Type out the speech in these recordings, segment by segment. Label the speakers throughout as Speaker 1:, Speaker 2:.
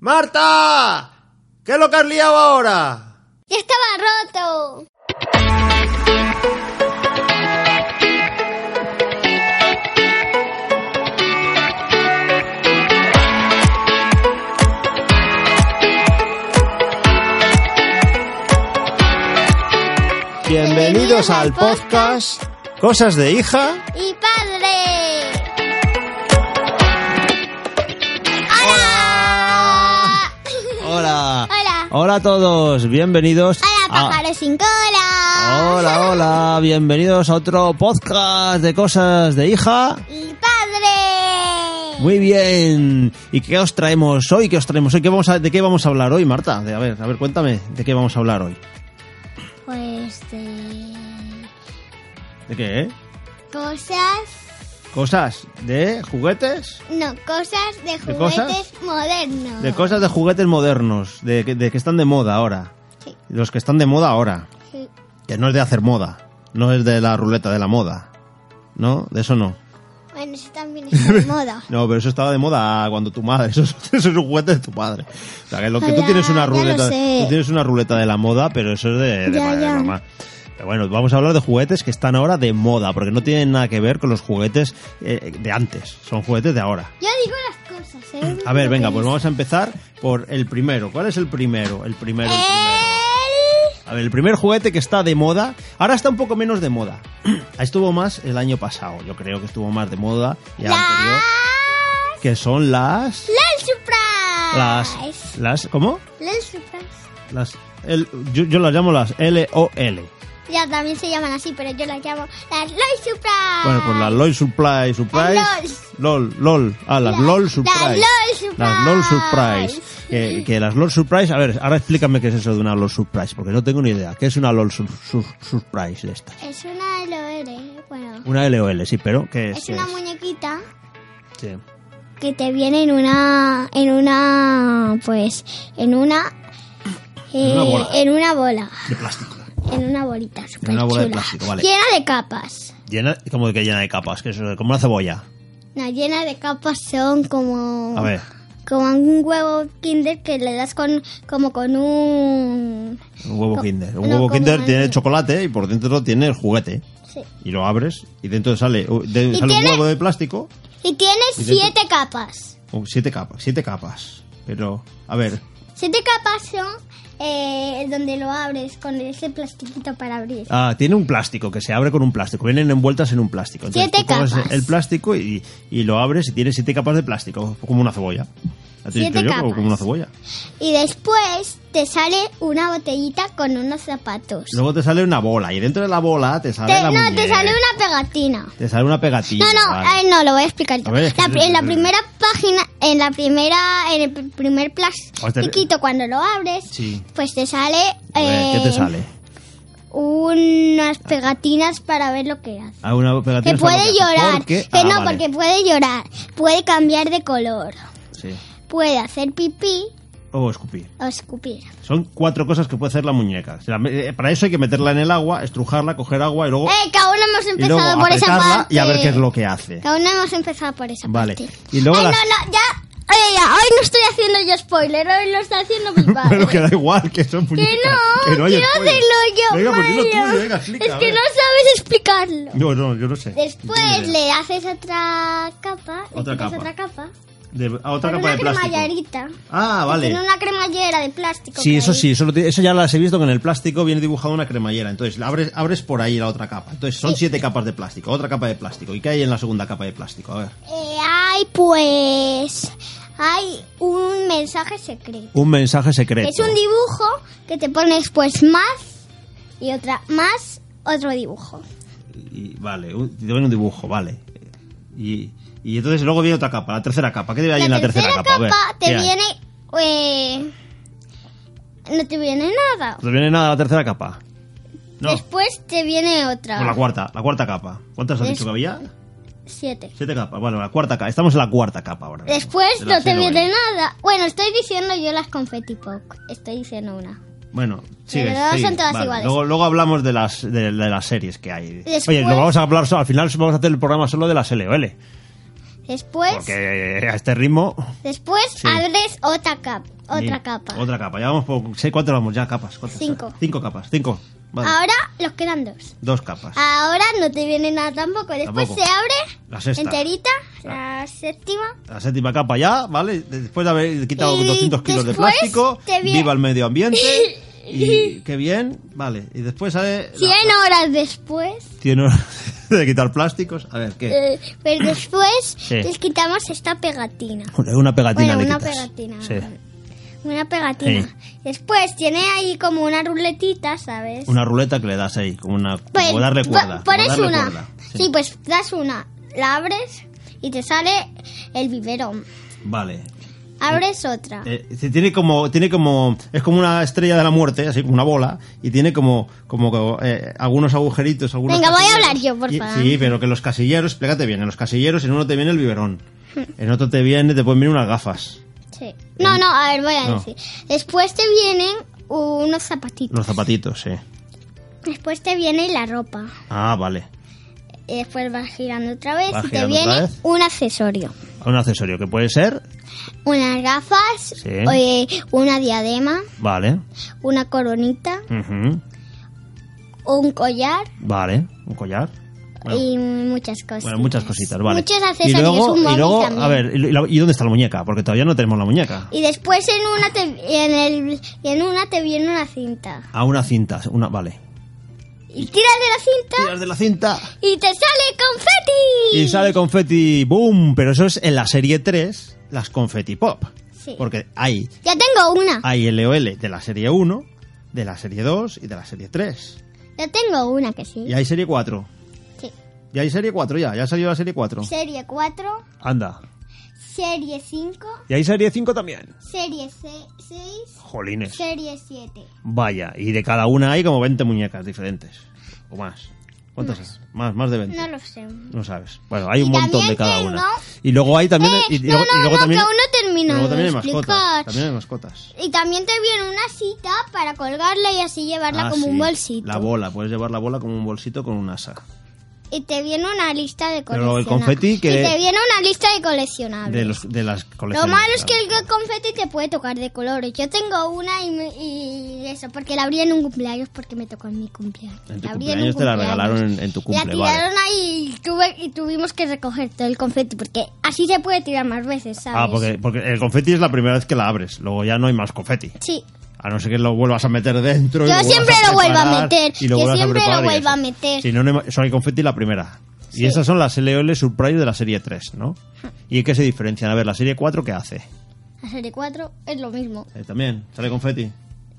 Speaker 1: ¡Marta! ¿Qué es lo que has liado ahora?
Speaker 2: ¡Ya estaba roto!
Speaker 1: Bienvenidos al podcast Cosas de hija.
Speaker 2: ¡Y padre!
Speaker 1: Hola.
Speaker 2: Hola.
Speaker 1: Hola a todos, bienvenidos.
Speaker 2: ¡Hola,
Speaker 1: a-
Speaker 2: pájaros sin cola!
Speaker 1: Hola, hola, bienvenidos a otro podcast de Cosas de hija.
Speaker 2: ¡Y padre!
Speaker 1: Muy bien. ¿Y qué os traemos hoy? ¿Qué os traemos hoy? ¿Qué vamos a- ¿De qué vamos a hablar hoy, Marta? De- a ver, a ver, cuéntame, ¿de qué vamos a hablar hoy?
Speaker 2: Pues de...
Speaker 1: ¿De qué? eh?
Speaker 2: Cosas...
Speaker 1: ¿Cosas de juguetes?
Speaker 2: No, cosas de
Speaker 1: ¿De
Speaker 2: juguetes
Speaker 1: cosas?
Speaker 2: modernos.
Speaker 1: De cosas de juguetes modernos, de, que- de que están de moda ahora.
Speaker 2: Sí.
Speaker 1: Los que están de moda ahora.
Speaker 2: Sí.
Speaker 1: Que no es de hacer moda, no es de la ruleta de la moda. ¿No? De eso no.
Speaker 2: Bueno, eso también está de moda.
Speaker 1: No, pero eso estaba de moda cuando tu madre, eso, es- eso es un juguete de tu padre. O sea, que lo que tú
Speaker 2: Hola,
Speaker 1: tienes una
Speaker 2: Ah, ya lo
Speaker 1: ruleta,
Speaker 2: sé.
Speaker 1: tú tienes una ruleta de la moda, pero eso es de, de
Speaker 2: Ya,
Speaker 1: madre de
Speaker 2: ya.
Speaker 1: mamá. Pero bueno, vamos a hablar de juguetes que están ahora de moda, porque no tienen nada que ver con los juguetes eh, de antes, son juguetes de ahora.
Speaker 2: Yo digo las cosas, ¿eh?
Speaker 1: A ver, venga, pues vamos a empezar por el primero. ¿Cuál es el primero? El primero, el primero.
Speaker 2: El...
Speaker 1: A ver, el primer juguete que está de moda, ahora está un poco menos de moda. Ah, Estuvo más el año pasado, yo creo que estuvo más de moda y el anterior,
Speaker 2: Las...
Speaker 1: que son las
Speaker 2: ¡Lel Surprise!
Speaker 1: las las ¿cómo?
Speaker 2: ¡Lel Surprise!
Speaker 1: Las el- yo, yo las llamo las LOL.
Speaker 2: Ya también se llaman así, pero yo las llamo las LOL Surprise.
Speaker 1: Bueno, pues las LOL Surprise, Surprise. LOL, LOL, ah, las
Speaker 2: La-
Speaker 1: LOL
Speaker 2: las
Speaker 1: Surprise.
Speaker 2: LOL Surprise.
Speaker 1: Las LOL Surprise. Que, que las LOL Surprise, a ver, ahora explícame qué es eso de una LOL Surprise, porque no tengo ni idea. ¿Qué es una LOL sur- sur- Surprise de estas?
Speaker 2: Es una LOL, bueno.
Speaker 1: Una LOL, sí, pero ¿qué es?
Speaker 2: Es
Speaker 1: ¿Qué
Speaker 2: una
Speaker 1: Pues es?
Speaker 2: muñequita
Speaker 1: Sí.
Speaker 2: que te viene en una. en una. pues. en una. eh,
Speaker 1: una bola.
Speaker 2: en una bola.
Speaker 1: De plástico.
Speaker 2: En una bolita super
Speaker 1: una bola de plástico, vale.
Speaker 2: Llena de capas.
Speaker 1: Llena, como que llena de capas, que es como una cebolla.
Speaker 2: No, llena de capas son como.
Speaker 1: A ver.
Speaker 2: Como un huevo kinder que le das con. como con un.
Speaker 1: Un huevo
Speaker 2: Co-
Speaker 1: Kinder. Un
Speaker 2: no,
Speaker 1: huevo
Speaker 2: como
Speaker 1: Kinder
Speaker 2: el-
Speaker 1: tiene chocolate y por dentro tiene el juguete.
Speaker 2: sí.
Speaker 1: Y lo abres y dentro sale, de-
Speaker 2: Y
Speaker 1: sale un
Speaker 2: tiene-
Speaker 1: huevo de plástico
Speaker 2: Y tiene
Speaker 1: Y dentro-
Speaker 2: siete capas.
Speaker 1: con siete capas. Siete capas. Pero, a ver,
Speaker 2: Siete capas son eh, donde lo abres con ese plastiquito para abrir.
Speaker 1: Ah, tiene un plástico que se abre con un plástico. Vienen envueltas en un plástico.
Speaker 2: Siete
Speaker 1: tú coges
Speaker 2: capas.
Speaker 1: El plástico y, y lo abres y tiene siete capas de plástico, como una cebolla. La tienes
Speaker 2: Siete
Speaker 1: que yo,
Speaker 2: capas.
Speaker 1: como una cebolla.
Speaker 2: Y después te sale una botellita con unos zapatos.
Speaker 1: Luego te sale una bola y dentro de la bola te sale
Speaker 2: Te-
Speaker 1: la
Speaker 2: no, te
Speaker 1: muñeca.
Speaker 2: sale una pegatina.
Speaker 1: Te sale una pegatina.
Speaker 2: No, no,
Speaker 1: vale.
Speaker 2: ay, no, lo voy a explicar yo.
Speaker 1: A ver,
Speaker 2: La pri- en la
Speaker 1: explícalo.
Speaker 2: primera página, en la primera, en el pr- primer plastiquito, cuando lo abres,
Speaker 1: Sí.
Speaker 2: pues te sale,
Speaker 1: A ver, ¿qué
Speaker 2: eh,
Speaker 1: te sale?
Speaker 2: unas pegatinas para ver lo que hace.
Speaker 1: Ah, una pegatina.
Speaker 2: Que puede
Speaker 1: solo hace-
Speaker 2: llorar,
Speaker 1: porque-
Speaker 2: que
Speaker 1: Ah,
Speaker 2: no,
Speaker 1: vale.
Speaker 2: porque puede llorar, puede cambiar de color,
Speaker 1: Sí.
Speaker 2: puede hacer pipí
Speaker 1: O escupir.
Speaker 2: o escupir.
Speaker 1: Son cuatro cosas que puede hacer la muñeca. O sea, me- eh, Para eso hay que meterla en el agua, estrujarla, coger agua y luego,
Speaker 2: Eh, que aún no hemos
Speaker 1: Oh. y luego
Speaker 2: empezado por esa
Speaker 1: apretarla
Speaker 2: parte.
Speaker 1: y a ver qué es lo que hace.
Speaker 2: Que aún no hemos empezado por esa
Speaker 1: Vale.
Speaker 2: parte.
Speaker 1: Y luego
Speaker 2: Ay,
Speaker 1: las-
Speaker 2: no, no, ya. Oye, ya, hoy no estoy haciendo yo spoiler, hoy lo está haciendo mi padre.
Speaker 1: Pero que da igual, que son muñecas.
Speaker 2: no,
Speaker 1: que no hay
Speaker 2: quiero
Speaker 1: spoiler.
Speaker 2: hacerlo yo,
Speaker 1: Venga, pues dilo
Speaker 2: Mario.
Speaker 1: tuyo, venga, explica.
Speaker 2: Es
Speaker 1: a
Speaker 2: que
Speaker 1: ver.
Speaker 2: no sabes explicarlo.
Speaker 1: No, no, yo no sé.
Speaker 2: Después
Speaker 1: Ni idea.
Speaker 2: le haces otra capa, le
Speaker 1: Otra
Speaker 2: quitas
Speaker 1: capa.
Speaker 2: otra capa,
Speaker 1: De- a otra capa
Speaker 2: con una
Speaker 1: de plástico.
Speaker 2: cremallerita.
Speaker 1: Ah,
Speaker 2: Que
Speaker 1: vale.
Speaker 2: Tiene una cremallera de plástico.
Speaker 1: Sí,
Speaker 2: por
Speaker 1: eso
Speaker 2: ahí.
Speaker 1: sí, eso, lo ti- eso ya las he visto que en el plástico viene dibujada una cremallera. Entonces la abres, abres por ahí la otra capa. Entonces son siete capas de plástico, otra capa de plástico. ¿Y qué hay en la segunda capa de plástico? A ver.
Speaker 2: Eh, hay pues hay un mensaje secreto.
Speaker 1: Un mensaje secreto.
Speaker 2: Es un dibujo que te pones pues más y otra más otro dibujo.
Speaker 1: Y- vale, un, te ponen un dibujo, vale. Y, y entonces luego viene otra capa, la tercera capa. ¿Qué hay en la tercera, capa? A ver,
Speaker 2: te
Speaker 1: ¿qué hay?
Speaker 2: viene eh, no te viene nada.
Speaker 1: No te viene nada la tercera capa. No.
Speaker 2: Después te viene otra.
Speaker 1: Pues la cuarta, la cuarta capa. ¿Cuántas has
Speaker 2: Es-
Speaker 1: dicho que había?
Speaker 2: siete.
Speaker 1: Siete capas. Bueno, la cuarta capa. Estamos en la cuarta capa ahora. mismo.
Speaker 2: Después
Speaker 1: De la ¿eh?
Speaker 2: no te
Speaker 1: LOL.
Speaker 2: viene nada. Bueno, estoy diciendo yo las confetti pop. Estoy diciendo una.
Speaker 1: Bueno, sigue,
Speaker 2: Pero no
Speaker 1: sigue.
Speaker 2: son todas
Speaker 1: Vale,
Speaker 2: iguales.
Speaker 1: Luego, luego hablamos de las, de, de las series que hay.
Speaker 2: Después-
Speaker 1: Oye, lo vamos a hablar solo- al final vamos a hacer el programa solo de las LOL.
Speaker 2: Después,
Speaker 1: Porque a este ritmo.
Speaker 2: después
Speaker 1: Sí.
Speaker 2: abres otra capa. Otra
Speaker 1: Bien.
Speaker 2: capa.
Speaker 1: Otra capa. Ya vamos por. sé ¿Cuánto vamos ya? Capas. ¿Cuántas?
Speaker 2: Cinco.
Speaker 1: Cinco capas. Cinco. Vale.
Speaker 2: Ahora Ah, los quedan dos.
Speaker 1: Dos capas.
Speaker 2: Ahora no te viene nada tampoco. Después
Speaker 1: Tampoco.
Speaker 2: se abre
Speaker 1: La sexta.
Speaker 2: enterita, la séptima.
Speaker 1: La séptima capa ya, ¿vale? Después de haber quitado
Speaker 2: Y
Speaker 1: 200 kilos de
Speaker 2: después
Speaker 1: plástico.
Speaker 2: te vi-
Speaker 1: Viva el medio ambiente. Y qué bien, vale. Y después sale. la-
Speaker 2: 100 horas después,
Speaker 1: Cien horas de quitar plásticos. A ver, ¿qué?
Speaker 2: eh, pero después
Speaker 1: Sí.
Speaker 2: les quitamos esta pegatina.
Speaker 1: Una pegatina
Speaker 2: bueno,
Speaker 1: le
Speaker 2: una
Speaker 1: quitas.
Speaker 2: pegatina.
Speaker 1: Sí.
Speaker 2: Una pegatina. Después tiene ahí como una ruletita, ¿sabes?
Speaker 1: Una ruleta que le das ahí, como una
Speaker 2: Pues,
Speaker 1: como darle
Speaker 2: po-
Speaker 1: cuerda. como
Speaker 2: pones
Speaker 1: darle
Speaker 2: una.
Speaker 1: cuerda,
Speaker 2: Sí.
Speaker 1: sí.
Speaker 2: pues das una, la abres y te sale el biberón.
Speaker 1: Vale.
Speaker 2: Abres otra.
Speaker 1: Eh, sí, tiene como tiene como es como una estrella de la muerte, así como una bola y tiene como como eh, algunos agujeritos, algunos
Speaker 2: Venga, voy a
Speaker 1: casilleros.
Speaker 2: hablar yo, por
Speaker 1: Y-
Speaker 2: favor.
Speaker 1: Sí, pero que los casilleros, explícate bien, en los casilleros en uno te viene el biberón. En otro te viene te pueden venir unas gafas,
Speaker 2: Sí. No, no, a ver, voy a
Speaker 1: No.
Speaker 2: decir. Después te vienen unos zapatitos.
Speaker 1: los zapatitos, sí.
Speaker 2: Después te viene la ropa.
Speaker 1: Ah, vale.
Speaker 2: Y después vas girando otra vez
Speaker 1: Vas
Speaker 2: y te
Speaker 1: girando otra
Speaker 2: viene
Speaker 1: vez.
Speaker 2: un accesorio.
Speaker 1: Un accesorio que puede ser,
Speaker 2: Unas gafas,
Speaker 1: Sí.
Speaker 2: eh, una diadema,
Speaker 1: vale.
Speaker 2: una coronita,
Speaker 1: Ujú,
Speaker 2: un collar
Speaker 1: Vale, un collar. Bueno,
Speaker 2: y muchas cosas.
Speaker 1: Bueno, muchas cositas, vale.
Speaker 2: Muchos accesorios,
Speaker 1: y luego,
Speaker 2: un
Speaker 1: y
Speaker 2: móvil
Speaker 1: luego
Speaker 2: también.
Speaker 1: a ver, ¿y, la- y dónde está la muñeca? Porque todavía no tenemos la muñeca.
Speaker 2: Y después en una te, en el, y en una te viene una cinta.
Speaker 1: A una cinta, una, vale.
Speaker 2: Y tiras de la cinta
Speaker 1: Tiras de la cinta
Speaker 2: y te sale confeti.
Speaker 1: y sale confeti, boom, pero eso es en la serie 3, las confeti pop.
Speaker 2: Sí.
Speaker 1: Porque hay
Speaker 2: Ya tengo una.
Speaker 1: hay LOL de la serie 1, de la serie 2 y de la serie 3.
Speaker 2: Ya tengo una que sí.
Speaker 1: Y hay serie 4.
Speaker 2: Sí.
Speaker 1: Y hay serie 4 ya, ya salió la serie 4.
Speaker 2: Serie 4,
Speaker 1: Anda.
Speaker 2: serie 5,
Speaker 1: Y hay serie 5 también.
Speaker 2: serie 6,
Speaker 1: Jolines.
Speaker 2: serie 7.
Speaker 1: Vaya, y de cada una hay como 20 muñecas diferentes. O más. ¿Cuántas? Más, más, más de 20.
Speaker 2: No lo sé.
Speaker 1: No sabes. Bueno, hay
Speaker 2: Y
Speaker 1: un montón
Speaker 2: también
Speaker 1: de cada
Speaker 2: tengo-
Speaker 1: una. Y luego hay también.
Speaker 2: Eh,
Speaker 1: y, y
Speaker 2: no,
Speaker 1: luego, y
Speaker 2: no,
Speaker 1: luego
Speaker 2: no,
Speaker 1: también,
Speaker 2: que aún no he terminado
Speaker 1: luego también hay
Speaker 2: de
Speaker 1: mascotas.
Speaker 2: explicar.
Speaker 1: También hay mascotas.
Speaker 2: Y también te viene una cita para colgarla y así llevarla
Speaker 1: Ah,
Speaker 2: como
Speaker 1: sí,
Speaker 2: un bolsito.
Speaker 1: La bola, puedes llevar la bola como un bolsito con un asa.
Speaker 2: y te viene una lista de
Speaker 1: Pero el
Speaker 2: coleccionables.
Speaker 1: confeti que-
Speaker 2: Y te viene una lista de coleccionables.
Speaker 1: De, los, de las colecciones.
Speaker 2: Lo malo es que
Speaker 1: claro.
Speaker 2: el confeti te puede tocar de colores. Yo tengo una y, me- y eso, porque la abrí en un cumpleaños porque me tocó en mi cumpleaños.
Speaker 1: En tu
Speaker 2: La abrí
Speaker 1: cumpleaños te la regalaron en- en tu
Speaker 2: La
Speaker 1: cumple, vale.
Speaker 2: tiraron ahí y, tuve, y tuvimos que recoger todo el confeti porque así se puede tirar más veces, ¿sabes?
Speaker 1: Ah, porque, porque el confeti es la primera vez que la abres. Luego ya no hay más confeti.
Speaker 2: Sí.
Speaker 1: A no ser que lo vuelvas a meter dentro. y
Speaker 2: Yo
Speaker 1: vuelvas
Speaker 2: siempre
Speaker 1: a
Speaker 2: lo vuelvo a
Speaker 1: preparar,
Speaker 2: meter.
Speaker 1: Y lo
Speaker 2: Yo
Speaker 1: vuelvas
Speaker 2: siempre
Speaker 1: a
Speaker 2: lo
Speaker 1: preparar y
Speaker 2: vuelvo
Speaker 1: eso.
Speaker 2: a meter.
Speaker 1: Si no, no hay- solo hay confeti la primera.
Speaker 2: Sí.
Speaker 1: Y esas son las LOL E Surprise de la serie 3, ¿no? ¿Y en qué se diferencian? A ver, la serie 4, ¿qué hace?
Speaker 2: La serie 4 es lo mismo.
Speaker 1: Eh, También, ¿sale confeti?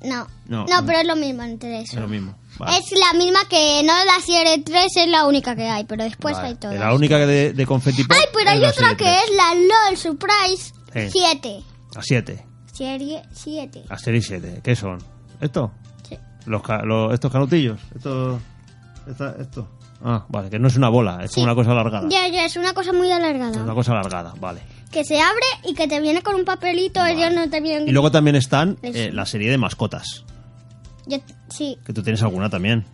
Speaker 2: No.
Speaker 1: No,
Speaker 2: No,
Speaker 1: no.
Speaker 2: pero es lo mismo entre eso.
Speaker 1: Es lo mismo. Vale.
Speaker 2: Es la misma que no la serie 3 es la única que hay, pero después
Speaker 1: Vale.
Speaker 2: pues, hay todas.
Speaker 1: La única que de, de confeti pop
Speaker 2: Ay, pero
Speaker 1: es
Speaker 2: hay
Speaker 1: la
Speaker 2: otra
Speaker 1: serie
Speaker 2: que
Speaker 1: 3.
Speaker 2: es la LOL Surprise
Speaker 1: Eh.
Speaker 2: 7.
Speaker 1: La 7.
Speaker 2: Serie 7.
Speaker 1: La serie 7. ¿Qué son? ¿Esto?
Speaker 2: Sí.
Speaker 1: Los, ca- los- ¿Estos canutillos? ¿Esto? esta- ¿Esto? Ah, vale, que no es una bola, es como una cosa alargada.
Speaker 2: Ya, ya, es una cosa muy
Speaker 1: Es
Speaker 2: alargada.
Speaker 1: una cosa alargada, vale.
Speaker 2: Que se abre y que te viene con un papelito, ellos Pues no te vienen...
Speaker 1: Y luego también están
Speaker 2: Es-
Speaker 1: eh, la serie de mascotas,
Speaker 2: Yo- sí,
Speaker 1: que tú tienes alguna también.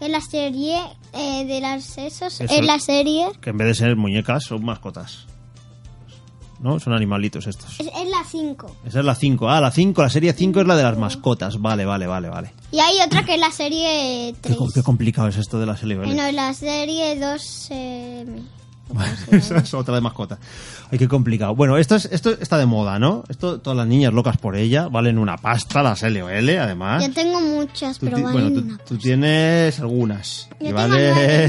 Speaker 2: en la serie eh, de las esos,
Speaker 1: Eso-
Speaker 2: en la serie...
Speaker 1: Que en vez de ser muñecas, son mascotas. ¿No? Son animalitos estos.
Speaker 2: Es, es la 5.
Speaker 1: Esa es la 5. Ah, la 5, la serie 5 es la de las mascotas. Vale, vale, vale, vale.
Speaker 2: Y hay otra que es la serie
Speaker 1: Qué,
Speaker 2: 3.
Speaker 1: co- qué complicado es esto de las LBL.
Speaker 2: Bueno, la serie 2... eh,
Speaker 1: Esa es otra de mascota. Ay, qué complicado. Bueno, esto, es, esto está de moda, ¿no? Esto, todas las niñas locas por ella, valen una pasta las LOL, además.
Speaker 2: yo tengo muchas,
Speaker 1: Ah. Tú
Speaker 2: pero
Speaker 1: ti-
Speaker 2: valen
Speaker 1: bueno, tú,
Speaker 2: una.
Speaker 1: tú tienes algunas.
Speaker 2: Yo
Speaker 1: y
Speaker 2: tengo
Speaker 1: vale...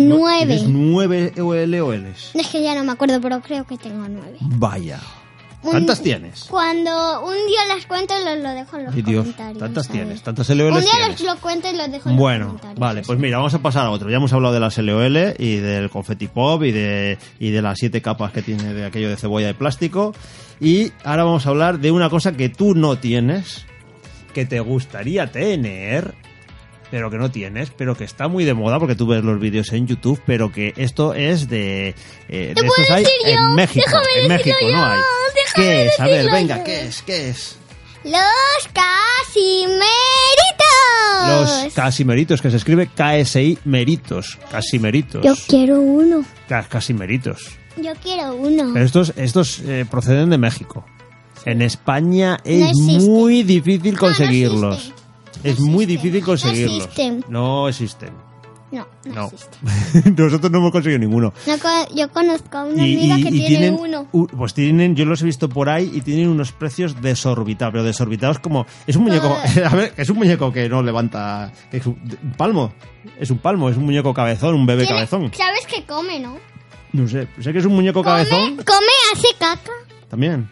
Speaker 1: No,
Speaker 2: nueve.
Speaker 1: tienes nueve LOLs.
Speaker 2: Es que ya no me acuerdo, pero creo que tengo nueve.
Speaker 1: Vaya.
Speaker 2: Un-
Speaker 1: ¿Cuántas tienes?
Speaker 2: Cuando un día las cuento, los lo dejo en los
Speaker 1: Ay, Dios,
Speaker 2: comentarios.
Speaker 1: tantas
Speaker 2: ¿sabes?
Speaker 1: tienes, tantas LOLs
Speaker 2: Un día
Speaker 1: tienes.
Speaker 2: los lo cuento y los dejo en los
Speaker 1: Bueno,
Speaker 2: comentarios.
Speaker 1: vale, pues mira, vamos a pasar a otro. Ya hemos hablado de las LOL y del confetti pop y de, y de las siete capas que tiene de aquello de cebolla y plástico. Y ahora vamos a hablar de una cosa que tú no tienes, que te gustaría tener, pero que no tienes, pero que está muy de moda porque tú ves los vídeos en YouTube, pero que esto es de... eh, de estos
Speaker 2: puedo
Speaker 1: hay
Speaker 2: decir
Speaker 1: en
Speaker 2: yo?
Speaker 1: México,
Speaker 2: Déjame
Speaker 1: en
Speaker 2: decirlo
Speaker 1: México no
Speaker 2: yo,
Speaker 1: hay.
Speaker 2: déjame
Speaker 1: ¿Qué es? A ver,
Speaker 2: decirlo
Speaker 1: venga,
Speaker 2: yo.
Speaker 1: ¿qué es? ¿Qué es?
Speaker 2: Los casimeritos.
Speaker 1: Los casimeritos, que se escribe KSI meritos, casimeritos.
Speaker 2: Yo quiero uno.
Speaker 1: Ca- Casimeritos.
Speaker 2: Yo quiero uno.
Speaker 1: Pero estos, estos eh, proceden de México. En España es
Speaker 2: existen.
Speaker 1: muy difícil
Speaker 2: No, no
Speaker 1: conseguirlos.
Speaker 2: existen.
Speaker 1: es
Speaker 2: No
Speaker 1: muy
Speaker 2: existen.
Speaker 1: difícil
Speaker 2: No
Speaker 1: conseguirlos.
Speaker 2: existen.
Speaker 1: No existen.
Speaker 2: No, no,
Speaker 1: No.
Speaker 2: existe.
Speaker 1: Nosotros no hemos conseguido ninguno.
Speaker 2: No co- yo conozco a una
Speaker 1: Y,
Speaker 2: amiga
Speaker 1: y-
Speaker 2: que
Speaker 1: y
Speaker 2: tiene
Speaker 1: tienen,
Speaker 2: uno.
Speaker 1: u- pues tienen, yo los he visto por ahí y tienen unos precios desorbitados, pero desorbitados como es un muñeco, a ver, es un muñeco que no levanta, es un, un palmo, es un palmo, es un muñeco cabezón, un bebé
Speaker 2: Tiene-
Speaker 1: cabezón,
Speaker 2: Sabes que come, ¿no?
Speaker 1: no sé, sé que es un muñeco cabezón
Speaker 2: Come, come, hace caca.
Speaker 1: también.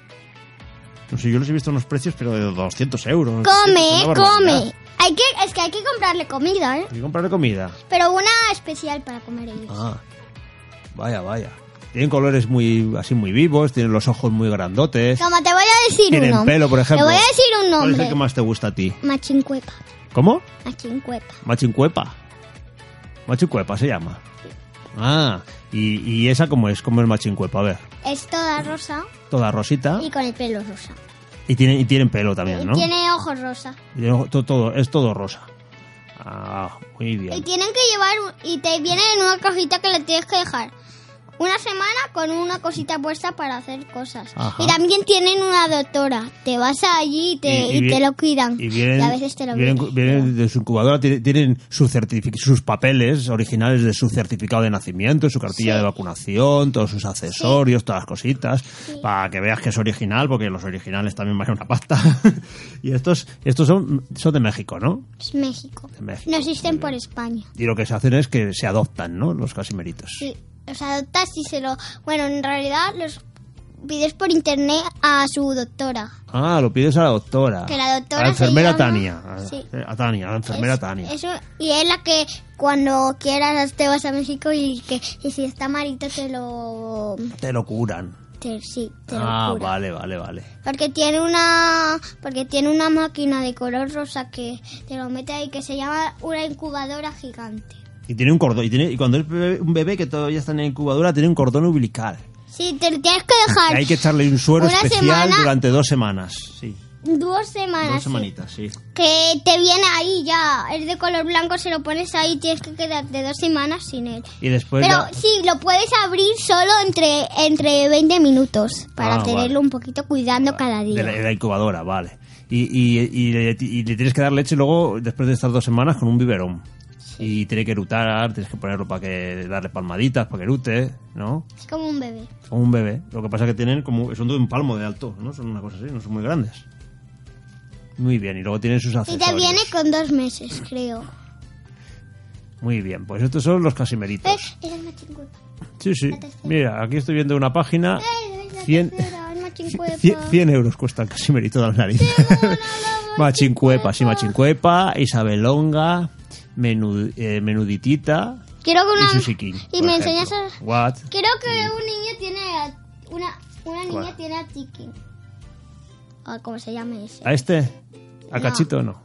Speaker 1: No sé, yo los he visto a unos precios, pero de 200 euros.
Speaker 2: Come, eh,
Speaker 1: es una barbaridad.
Speaker 2: come. Hay que, es que hay que comprarle comida, ¿eh?
Speaker 1: Hay que comprarle comida.
Speaker 2: Pero una especial para comer ellos.
Speaker 1: Ah, vaya, vaya. Tienen colores muy, así muy vivos, tienen los ojos muy grandotes.
Speaker 2: Como te voy a decir
Speaker 1: Tienen
Speaker 2: uno.
Speaker 1: pelo, por ejemplo.
Speaker 2: Te voy a decir un
Speaker 1: ¿Cuál es el
Speaker 2: nombre.
Speaker 1: que más te gusta a ti?
Speaker 2: Machincuepa.
Speaker 1: ¿Cómo?
Speaker 2: Machincuepa.
Speaker 1: Machincuepa. Machincuepa se llama. Ah, y, y esa cómo es, cómo es Machincuepa, a ver.
Speaker 2: Es toda rosa
Speaker 1: Toda rosita
Speaker 2: y con el pelo rosa.
Speaker 1: y tienen, y tienen pelo también, Ah. ¿no?
Speaker 2: Y tiene ojos rosa.
Speaker 1: Y tiene to- todo, es todo rosa. Ah, muy
Speaker 2: Y
Speaker 1: bien.
Speaker 2: tienen que llevar un- y te viene en una cajita que le tienes que dejar una semana con una cosita puesta para hacer cosas.
Speaker 1: Ajá.
Speaker 2: Y también tienen una doctora. Te vas allí y te,
Speaker 1: Y- y
Speaker 2: y te
Speaker 1: vi-
Speaker 2: lo cuidan.
Speaker 1: Y vienen,
Speaker 2: a veces te lo
Speaker 1: vienen,
Speaker 2: cuidan.
Speaker 1: vienen de su incubadora, tiene- tienen su certifi- sus papeles originales de su certificado de nacimiento, su cartilla
Speaker 2: Sí.
Speaker 1: de vacunación, todos sus accesorios, todas las cositas, para que veas que es original, porque los originales también valen una pasta. y estos, estos son, son de México, ¿no?
Speaker 2: Es México.
Speaker 1: De México.
Speaker 2: No existen por España.
Speaker 1: Y lo que se hacen es que se adoptan, ¿no? Los casimeritos.
Speaker 2: Sí, los adoptas y se lo... Bueno, en realidad los pides por internet a su doctora.
Speaker 1: Ah, lo pides a la doctora.
Speaker 2: Que la doctora
Speaker 1: A la
Speaker 2: se
Speaker 1: enfermera
Speaker 2: llama-
Speaker 1: Tania. A,
Speaker 2: Sí.
Speaker 1: a Tania, a la enfermera
Speaker 2: Es-
Speaker 1: Tania.
Speaker 2: Eso, y es la que cuando quieras te vas a México y que y si está malito te lo...
Speaker 1: Te lo curan.
Speaker 2: te- sí, te
Speaker 1: ah,
Speaker 2: lo cura.
Speaker 1: vale, vale, vale.
Speaker 2: Porque tiene una porque tiene una máquina de color rosa que te lo mete ahí que se llama una incubadora gigante.
Speaker 1: Y tiene un cordón. Y, tiene, y cuando es bebé- un bebé que todavía está en la incubadora, tiene un cordón umbilical.
Speaker 2: Sí, te lo tienes que
Speaker 1: Y
Speaker 2: dejar
Speaker 1: hay que echarle un suero
Speaker 2: Una
Speaker 1: especial
Speaker 2: semana-
Speaker 1: durante dos semanas. Sí,
Speaker 2: dos semanas.
Speaker 1: dos
Speaker 2: sí.
Speaker 1: semanitas, sí.
Speaker 2: Que te viene ahí ya, es de color blanco, se lo pones ahí, tienes que quedarte dos semanas sin él.
Speaker 1: Y después.
Speaker 2: Pero
Speaker 1: Pues la-
Speaker 2: sí, lo puedes abrir solo entre, entre 20 minutos para
Speaker 1: Ah, vale.
Speaker 2: tenerlo un poquito cuidando cada día.
Speaker 1: de, la, de la incubadora, vale. Y, y, y le, y le tienes que dar leche luego, después de estas dos semanas, con un biberón. Y tiene que erutar, tienes que ponerlo para que darle palmaditas, para que erute, ¿no?
Speaker 2: Es como un bebé.
Speaker 1: Como un bebé. Lo que pasa es que tienen como. Son de un palmo de alto, ¿no? Son una cosa así, no son muy grandes. Muy bien, y luego tienen sus
Speaker 2: Y
Speaker 1: accesorios.
Speaker 2: te viene con dos meses, creo.
Speaker 1: Muy bien, pues estos son los
Speaker 2: Eh,
Speaker 1: casimeritos.
Speaker 2: era el machincuepa.
Speaker 1: Sí, sí.
Speaker 2: tercera.
Speaker 1: Mira, aquí estoy viendo una página.
Speaker 2: Eh, la
Speaker 1: Cien-
Speaker 2: tercera, el machincuepa.
Speaker 1: 100 euros cuesta el casimerito de la nariz. Machincuepa, sí, machincuepa, Isabelonga, menu- eh, menuditita
Speaker 2: Quiero que
Speaker 1: y
Speaker 2: una...
Speaker 1: Susiquín.
Speaker 2: y me enseñas a...
Speaker 1: What?
Speaker 2: Quiero que un niño tiene... a- Una, una niña
Speaker 1: ¿Cuál?
Speaker 2: tiene a Tiki. O como se llame ese.
Speaker 1: ¿A este? ¿A
Speaker 2: No.
Speaker 1: Cachito no?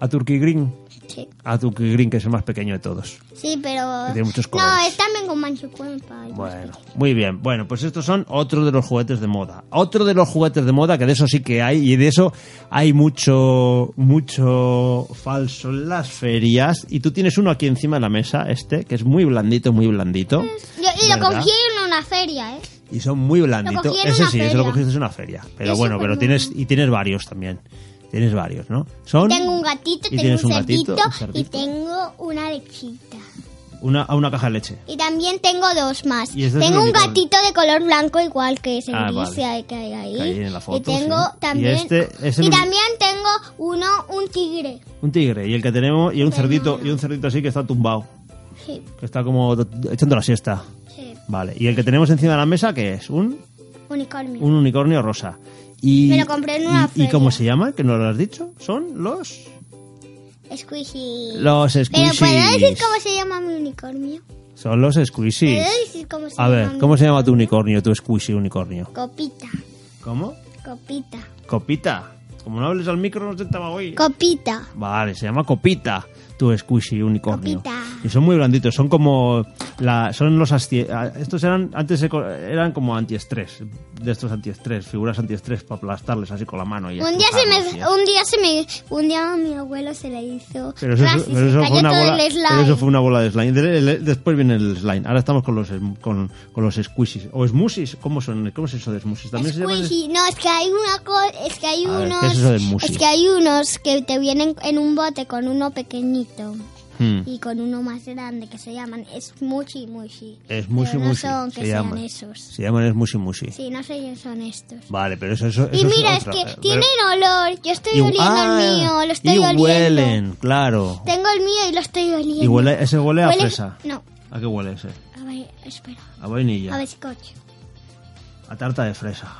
Speaker 1: ¿A Turkey Green?
Speaker 2: Sí.
Speaker 1: A Turkey Green, que es el más pequeño de todos.
Speaker 2: Sí, pero...
Speaker 1: Que tiene muchos
Speaker 2: no,
Speaker 1: colores.
Speaker 2: es también con machincuepa.
Speaker 1: Bueno, muy bien. Bueno, pues estos son otros de los juguetes de moda. Otro de los juguetes de moda, que de eso sí que hay, y de eso hay mucho, mucho falso en las ferias. Y tú tienes uno aquí encima de la mesa, este, que es muy blandito, muy blandito.
Speaker 2: Yo, y lo
Speaker 1: ¿Verdad?
Speaker 2: cogí en una feria, ¿eh?
Speaker 1: Y son muy
Speaker 2: Lo
Speaker 1: blanditos.
Speaker 2: cogí en
Speaker 1: Ese
Speaker 2: una
Speaker 1: sí, ese lo
Speaker 2: feria.
Speaker 1: cogiste en una feria. Pero
Speaker 2: Es
Speaker 1: bueno, pero
Speaker 2: supermono.
Speaker 1: tienes, y tienes varios también. Tienes varios, ¿no? Son
Speaker 2: Tengo un gatito,
Speaker 1: y
Speaker 2: tengo
Speaker 1: tienes
Speaker 2: un,
Speaker 1: un gatito,
Speaker 2: cerdito,
Speaker 1: un
Speaker 2: y
Speaker 1: cerdito.
Speaker 2: tengo una lechita.
Speaker 1: una, a una caja de leche.
Speaker 2: Y también tengo dos más.
Speaker 1: Y este es
Speaker 2: Tengo
Speaker 1: el
Speaker 2: un
Speaker 1: unicornio.
Speaker 2: gatito de color blanco igual que ese
Speaker 1: Ah,
Speaker 2: gris
Speaker 1: vale.
Speaker 2: que hay ahí.
Speaker 1: Que hay en la foto,
Speaker 2: y tengo
Speaker 1: sí. Y
Speaker 2: también
Speaker 1: este es el
Speaker 2: y
Speaker 1: uni-
Speaker 2: también tengo uno un tigre.
Speaker 1: Un tigre, y el que tenemos, y un cerdito, y un cerdito así que está tumbado.
Speaker 2: Sí,
Speaker 1: Que está como echando la siesta.
Speaker 2: sí,
Speaker 1: Vale, y el que tenemos encima de la mesa, que es? Un,
Speaker 2: unicornio.
Speaker 1: un unicornio rosa. Y,
Speaker 2: Me lo compré en una
Speaker 1: y- ¿Y cómo
Speaker 2: feria.
Speaker 1: se llama? ¿Que no lo has dicho? Son los...
Speaker 2: Squishy.
Speaker 1: Los
Speaker 2: Pero
Speaker 1: squishies.
Speaker 2: puedo decir cómo se llama mi unicornio.
Speaker 1: Son los squishies.
Speaker 2: Puedo decir cómo se
Speaker 1: A
Speaker 2: llama.
Speaker 1: ver,
Speaker 2: mi-
Speaker 1: ¿cómo se llama tu unicornio, tu squishy unicornio?
Speaker 2: Copita,
Speaker 1: ¿Cómo?
Speaker 2: copita,
Speaker 1: Copita. Como no hables al micro, no te estaba hoy.
Speaker 2: copita,
Speaker 1: Vale, se llama Copita, tu squishy unicornio.
Speaker 2: copita.
Speaker 1: y son muy blanditos, son como la, son los asti- ah, estos eran antes se co- eran como antiestrés, de estos antiestrés, figuras antiestrés para aplastarles así con la mano y
Speaker 2: Un día, se me,
Speaker 1: expulsarlos y eso.
Speaker 2: un día se me, un día a mi abuelo se le hizo.
Speaker 1: Pero eso,
Speaker 2: Francis,
Speaker 1: pero eso
Speaker 2: cayó
Speaker 1: fue una
Speaker 2: todo
Speaker 1: bola,
Speaker 2: el slime.
Speaker 1: pero eso fue una bola de slime. De- de- Después viene el slime. Ahora estamos con los em- con, con los squishies o smoothies. ¿Cómo son? ¿Cómo es eso de smoothies? También se llaman
Speaker 2: Squishy. No, es que hay una co- es que hay
Speaker 1: A ver,
Speaker 2: unos,
Speaker 1: ¿qué es eso del mushy?
Speaker 2: es que hay unos que te vienen en un bote con uno pequeñito
Speaker 1: Hmm.
Speaker 2: y con uno más grande que se llaman es mushy mushy.
Speaker 1: Es mushy
Speaker 2: Pero no
Speaker 1: mushy,
Speaker 2: son que
Speaker 1: se
Speaker 2: sean
Speaker 1: llama.
Speaker 2: esos.
Speaker 1: Se llaman smushi mushi.
Speaker 2: Sí, no sé si son estos.
Speaker 1: Vale, pero eso, eso,
Speaker 2: Y
Speaker 1: eso
Speaker 2: mira, es
Speaker 1: otra- Eh,
Speaker 2: que
Speaker 1: pero-
Speaker 2: tienen olor. Yo estoy
Speaker 1: y-
Speaker 2: oliendo el
Speaker 1: ah,
Speaker 2: mío, lo estoy
Speaker 1: y
Speaker 2: oliendo.
Speaker 1: huelen, claro.
Speaker 2: Tengo el mío y lo estoy oliendo.
Speaker 1: Y huele, ese huele a
Speaker 2: Huele-
Speaker 1: fresa.
Speaker 2: No,
Speaker 1: ¿A qué huele ese?
Speaker 2: a ver, espera.
Speaker 1: A vainilla.
Speaker 2: A
Speaker 1: A,
Speaker 2: bizcocho.
Speaker 1: tarta de fresa.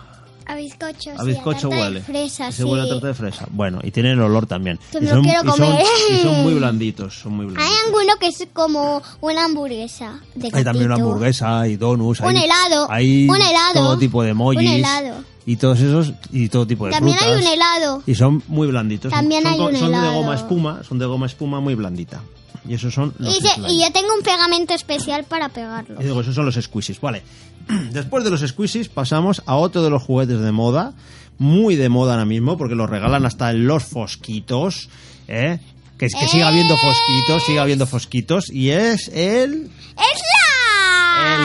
Speaker 2: A bizcocho,
Speaker 1: a bizcocho
Speaker 2: sí, a tarta
Speaker 1: huele.
Speaker 2: De fresa,
Speaker 1: Ese
Speaker 2: sí.
Speaker 1: huele a tarta de fresa. Bueno, y tienen olor también.
Speaker 2: Que
Speaker 1: y
Speaker 2: me lo quiero
Speaker 1: y son-
Speaker 2: comer.
Speaker 1: y son muy blanditos, son muy blanditos.
Speaker 2: Hay alguno que es como una hamburguesa. De
Speaker 1: Hay también una
Speaker 2: gatito.
Speaker 1: hamburguesa y donuts.
Speaker 2: Un
Speaker 1: hay-
Speaker 2: helado,
Speaker 1: Hay
Speaker 2: un helado,
Speaker 1: todo tipo de emojis.
Speaker 2: un helado.
Speaker 1: Y todos esos, y todo tipo de
Speaker 2: También hay
Speaker 1: frutas.
Speaker 2: un helado.
Speaker 1: Y son muy blanditos.
Speaker 2: También
Speaker 1: son,
Speaker 2: hay
Speaker 1: co-
Speaker 2: un
Speaker 1: son de
Speaker 2: helado.
Speaker 1: goma espuma, son de goma espuma muy blandita. Y esos son los
Speaker 2: Y, se-
Speaker 1: slime.
Speaker 2: y yo tengo un pegamento especial para pegarlo.
Speaker 1: Y digo, esos son los squishies. Vale. Después de los squishies pasamos a otro de los juguetes de moda, muy de moda ahora mismo, porque los regalan hasta en los fosquitos, ¿eh? Que, que siga habiendo fosquitos, siga habiendo fosquitos, y es el...
Speaker 2: ¡Es la!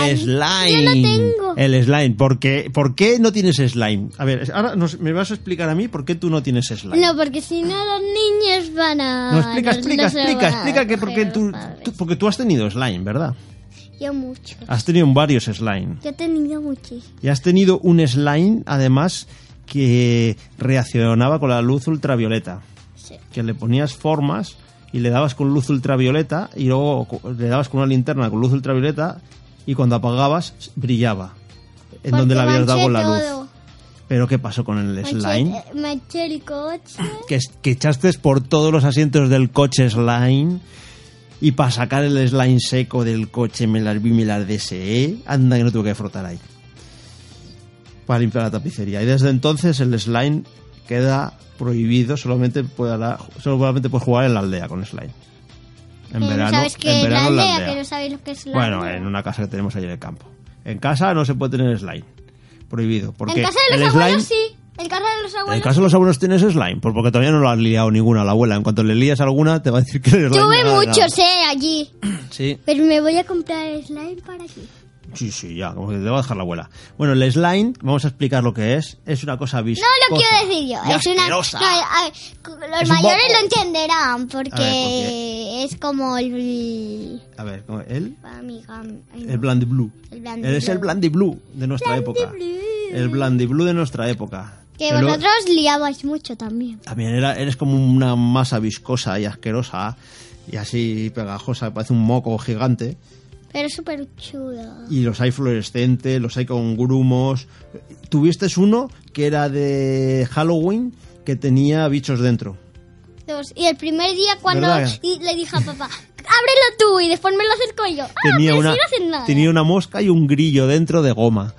Speaker 1: El slime.
Speaker 2: Yo lo tengo.
Speaker 1: El slime. ¿Por qué, ¿Por qué no tienes slime? A ver, ahora nos- me vas a explicar a mí por qué tú no tienes slime.
Speaker 2: No, porque si no los niños van a...
Speaker 1: No, explica,
Speaker 2: no-
Speaker 1: explica,
Speaker 2: no se lo
Speaker 1: explica,
Speaker 2: van a
Speaker 1: explica que
Speaker 2: coger
Speaker 1: porque
Speaker 2: los
Speaker 1: tú,
Speaker 2: padres.
Speaker 1: tú- porque tú has tenido slime, ¿verdad?
Speaker 2: Yo mucho.
Speaker 1: Has tenido varios slime.
Speaker 2: Yo he tenido muchísimo.
Speaker 1: Y has tenido un slime, además, que reaccionaba con la luz ultravioleta.
Speaker 2: Sí.
Speaker 1: Que le ponías formas y le dabas con luz ultravioleta y luego co- le dabas con una linterna con luz ultravioleta y cuando apagabas brillaba. En donde le
Speaker 2: la
Speaker 1: habías dado con la luz. Pero ¿qué pasó con el slime?
Speaker 2: eh, Manché el coche.
Speaker 1: Que, es- que echaste por todos los asientos del coche slime. Y para sacar el slime seco del coche me las vi, me las deseé. Anda que no tuve que frotar ahí. Para limpiar la tapicería. Y desde entonces el slime queda prohibido. Solamente, podrá- solamente puedes jugar en la aldea con slime. En
Speaker 2: que
Speaker 1: verano,
Speaker 2: no Eh, sabes qué
Speaker 1: en
Speaker 2: es la
Speaker 1: verano en la
Speaker 2: aldea,
Speaker 1: aldea.
Speaker 2: que no sabéis lo que es la
Speaker 1: Bueno,
Speaker 2: aldea.
Speaker 1: en una casa que tenemos ahí en el campo. En casa no se puede tener slime. Prohibido. Porque
Speaker 2: En casa de
Speaker 1: el
Speaker 2: los
Speaker 1: slime,
Speaker 2: abuelos sí. En casa de los
Speaker 1: En
Speaker 2: abuelos.
Speaker 1: casa de los abuelos tienes slime. Pues porque todavía no lo has liado ninguna a la abuela. En cuanto le lías alguna, te va a decir que eres slime.
Speaker 2: Tuve
Speaker 1: no era nada.
Speaker 2: muchos, eh, allí.
Speaker 1: Sí,
Speaker 2: Pero me voy a comprar slime para aquí.
Speaker 1: sí, sí, ya. Como que te va a dejar la abuela. Bueno, el slime, vamos a explicar lo que es. Es una cosa
Speaker 2: No
Speaker 1: viscosa.
Speaker 2: lo quiero decir yo.
Speaker 1: y
Speaker 2: Es una. No,
Speaker 1: asquerosa.
Speaker 2: a ver, cu- los
Speaker 1: Es un
Speaker 2: mayores
Speaker 1: moco.
Speaker 2: lo entenderán porque
Speaker 1: A ver,
Speaker 2: es como el.
Speaker 1: A ver, ¿cómo- ¿el?
Speaker 2: Amiga,
Speaker 1: El Blandy Blue.
Speaker 2: El
Speaker 1: Él
Speaker 2: Blandy
Speaker 1: es el
Speaker 2: Blue.
Speaker 1: Blandy Blue de nuestra época.
Speaker 2: Blue.
Speaker 1: El Blandy Blue de nuestra época.
Speaker 2: Que
Speaker 1: luego-
Speaker 2: vosotros liabais mucho también.
Speaker 1: También era, eres como una masa viscosa y asquerosa y así pegajosa, parece un moco gigante.
Speaker 2: Pero es súper chulo.
Speaker 1: Y los hay fluorescentes, los hay con grumos. Tuviste uno que era de Halloween que tenía bichos dentro.
Speaker 2: Dos. Y el primer día cuando
Speaker 1: ¿Verdad?
Speaker 2: y le dije a papá, ábrelo tú y después me lo acerco yo. Ah,
Speaker 1: Tenía,
Speaker 2: pero
Speaker 1: una,
Speaker 2: si no hacen nada.
Speaker 1: tenía una mosca y un grillo dentro de goma.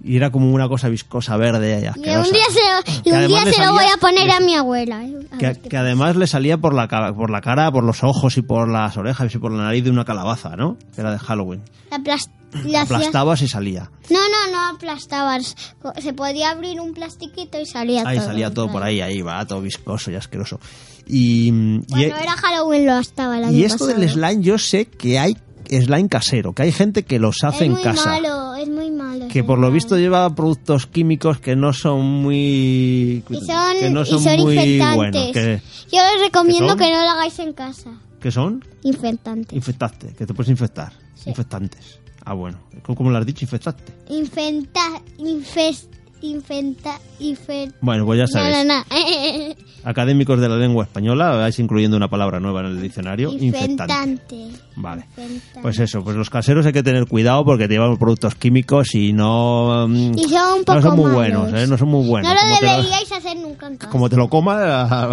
Speaker 1: Y era como una cosa viscosa verde y
Speaker 2: y
Speaker 1: asquerosa.
Speaker 2: un día se, y
Speaker 1: Que
Speaker 2: un día
Speaker 1: además le
Speaker 2: se lo voy
Speaker 1: salía-
Speaker 2: a poner a mi abuela. eh. A
Speaker 1: Que,
Speaker 2: ver qué
Speaker 1: que además le salía por la, ca- por la cara, por los ojos y por las orejas y por la nariz de una calabaza, ¿no? Que era de Halloween.
Speaker 2: pasa. La plas- la hacía-
Speaker 1: Aplastabas y salía.
Speaker 2: No, no, no aplastabas. Co- Se podía abrir un plastiquito y salía
Speaker 1: Ahí
Speaker 2: todo.
Speaker 1: salía todo por
Speaker 2: claro.
Speaker 1: ahí, ahí va, todo viscoso y asqueroso. Y, e- y-
Speaker 2: Cuando era Halloween lo estaba la
Speaker 1: y esto del slime, yo sé que hay slime casero, que hay gente que los hace
Speaker 2: es
Speaker 1: en
Speaker 2: muy
Speaker 1: casa.
Speaker 2: malo, es muy malo. es
Speaker 1: Que
Speaker 2: muy
Speaker 1: por lo
Speaker 2: malo.
Speaker 1: visto lleva productos químicos que no son muy.
Speaker 2: Y son,
Speaker 1: que no
Speaker 2: y
Speaker 1: son,
Speaker 2: son
Speaker 1: muy
Speaker 2: infectantes.
Speaker 1: buenos. Que,
Speaker 2: Yo les recomiendo
Speaker 1: son?
Speaker 2: que no lo hagáis en casa.
Speaker 1: que son
Speaker 2: Infectantes.
Speaker 1: infectantes, que te puedes infectar.
Speaker 2: Sí.
Speaker 1: Infectantes. Ah, bueno. ¿Cómo, cómo lo has dicho? Infectante.
Speaker 2: Infenta, infest, infenta, infent...
Speaker 1: Bueno, pues ya sabes.
Speaker 2: No, no, no.
Speaker 1: Académicos de la lengua española, vais incluyendo una palabra nueva en el diccionario. infectante.
Speaker 2: Infectante.
Speaker 1: Vale.
Speaker 2: Infectante.
Speaker 1: Pues eso, pues los caseros hay que tener cuidado porque llevan productos químicos y no. mm,
Speaker 2: Y son un
Speaker 1: no
Speaker 2: poco
Speaker 1: son muy
Speaker 2: malos.
Speaker 1: buenos, ¿eh? No son muy buenos.
Speaker 2: no lo
Speaker 1: Como te lo-
Speaker 2: deberíais hacer nunca en casa.
Speaker 1: Como te lo comas,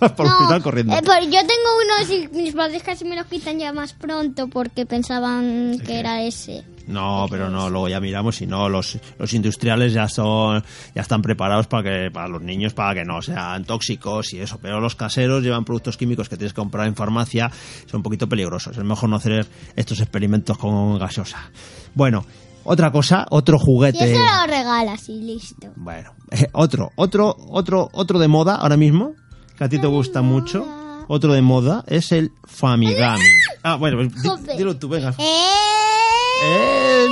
Speaker 1: vas por el
Speaker 2: No,
Speaker 1: hospital corriendo.
Speaker 2: eh, pero yo tengo uno y mis padres casi me los quitan ya más pronto porque pensaban que
Speaker 1: qué?
Speaker 2: era ese.
Speaker 1: No, pero no, luego ya miramos si no, los, los industriales ya son, ya están preparados para que, para los niños, para que no sean tóxicos y eso, pero los caseros llevan productos químicos que tienes que comprar en farmacia, son un poquito peligrosos, es mejor no hacer estos experimentos con gaseosa. Bueno, otra cosa, otro
Speaker 2: Y
Speaker 1: juguete.
Speaker 2: eso lo regalas y listo.
Speaker 1: Bueno, otro, otro, otro, otro de moda ahora mismo, que a ti te gusta mucho, otro de moda es el Famigami. Ah, bueno, pues di-
Speaker 2: Jope.
Speaker 1: dilo tú, venga.
Speaker 2: ¡Eh!
Speaker 1: El...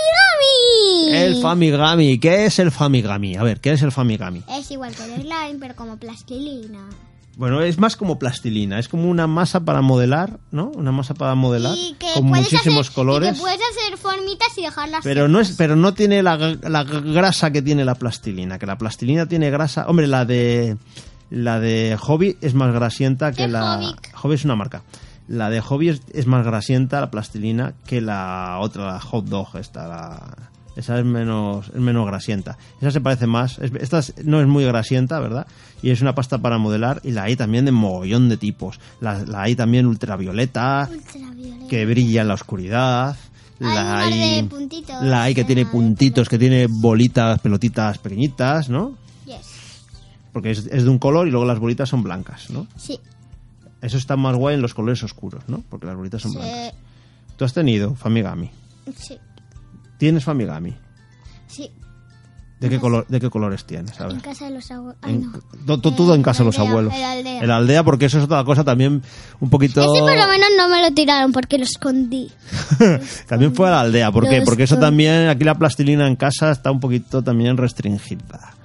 Speaker 2: ¡Amigami!
Speaker 1: El Famigami. ¿Qué es el Famigami? A ver, ¿qué es el Famigami?
Speaker 2: Es igual que el slime, pero como plastilina.
Speaker 1: Bueno, es más como plastilina, es como una masa para modelar, ¿no? Una masa para modelar
Speaker 2: Y que
Speaker 1: con
Speaker 2: puedes
Speaker 1: muchísimos
Speaker 2: hacer, Y
Speaker 1: colores.
Speaker 2: que puedes hacer formitas y dejarlas.
Speaker 1: Pero no es, pero no tiene la, gr- la gr- grasa que tiene la plastilina, que la plastilina tiene grasa. Hombre, la de la de Hobby es más grasienta que
Speaker 2: ¿Qué
Speaker 1: la
Speaker 2: Hobby?
Speaker 1: Hobby es una marca. La de Hobby es, es más grasienta la plastilina que la otra la hot dog esta la- esa es menos es menos grasienta. Esa se parece más, es- esta es- no es muy grasienta, ¿verdad? Y es una pasta para modelar y la hay también de mogollón de tipos. La, la hay también ultravioleta,
Speaker 2: Ultravioleta.
Speaker 1: que brilla en la oscuridad.
Speaker 2: Hay
Speaker 1: La
Speaker 2: un mar de
Speaker 1: hay,
Speaker 2: puntitos.
Speaker 1: la hay que tiene
Speaker 2: Ah, de
Speaker 1: puntitos, que tiene bolitas, pelotitas pequeñitas, ¿no?
Speaker 2: Yes.
Speaker 1: Porque es, es de un color y luego las bolitas son blancas, ¿no?
Speaker 2: Sí.
Speaker 1: Eso está más guay en los colores oscuros, ¿no? Porque las bolitas son
Speaker 2: Sí.
Speaker 1: blancas. Tú has tenido Famigami.
Speaker 2: Sí.
Speaker 1: ¿Tienes Famigami?
Speaker 2: Sí.
Speaker 1: ¿De qué, color, de qué colores tienes? A ver.
Speaker 2: En casa de los abuelos.
Speaker 1: En- to- to- todo en casa de los abuelos.
Speaker 2: El aldea.
Speaker 1: En la aldea, porque eso es otra cosa también un poquito...
Speaker 2: Ese por lo menos no me lo tiraron porque lo escondí.
Speaker 1: también fue a la aldea, ¿por qué?
Speaker 2: Los
Speaker 1: Porque eso
Speaker 2: con-
Speaker 1: también, aquí la plastilina en casa está un poquito también restringida.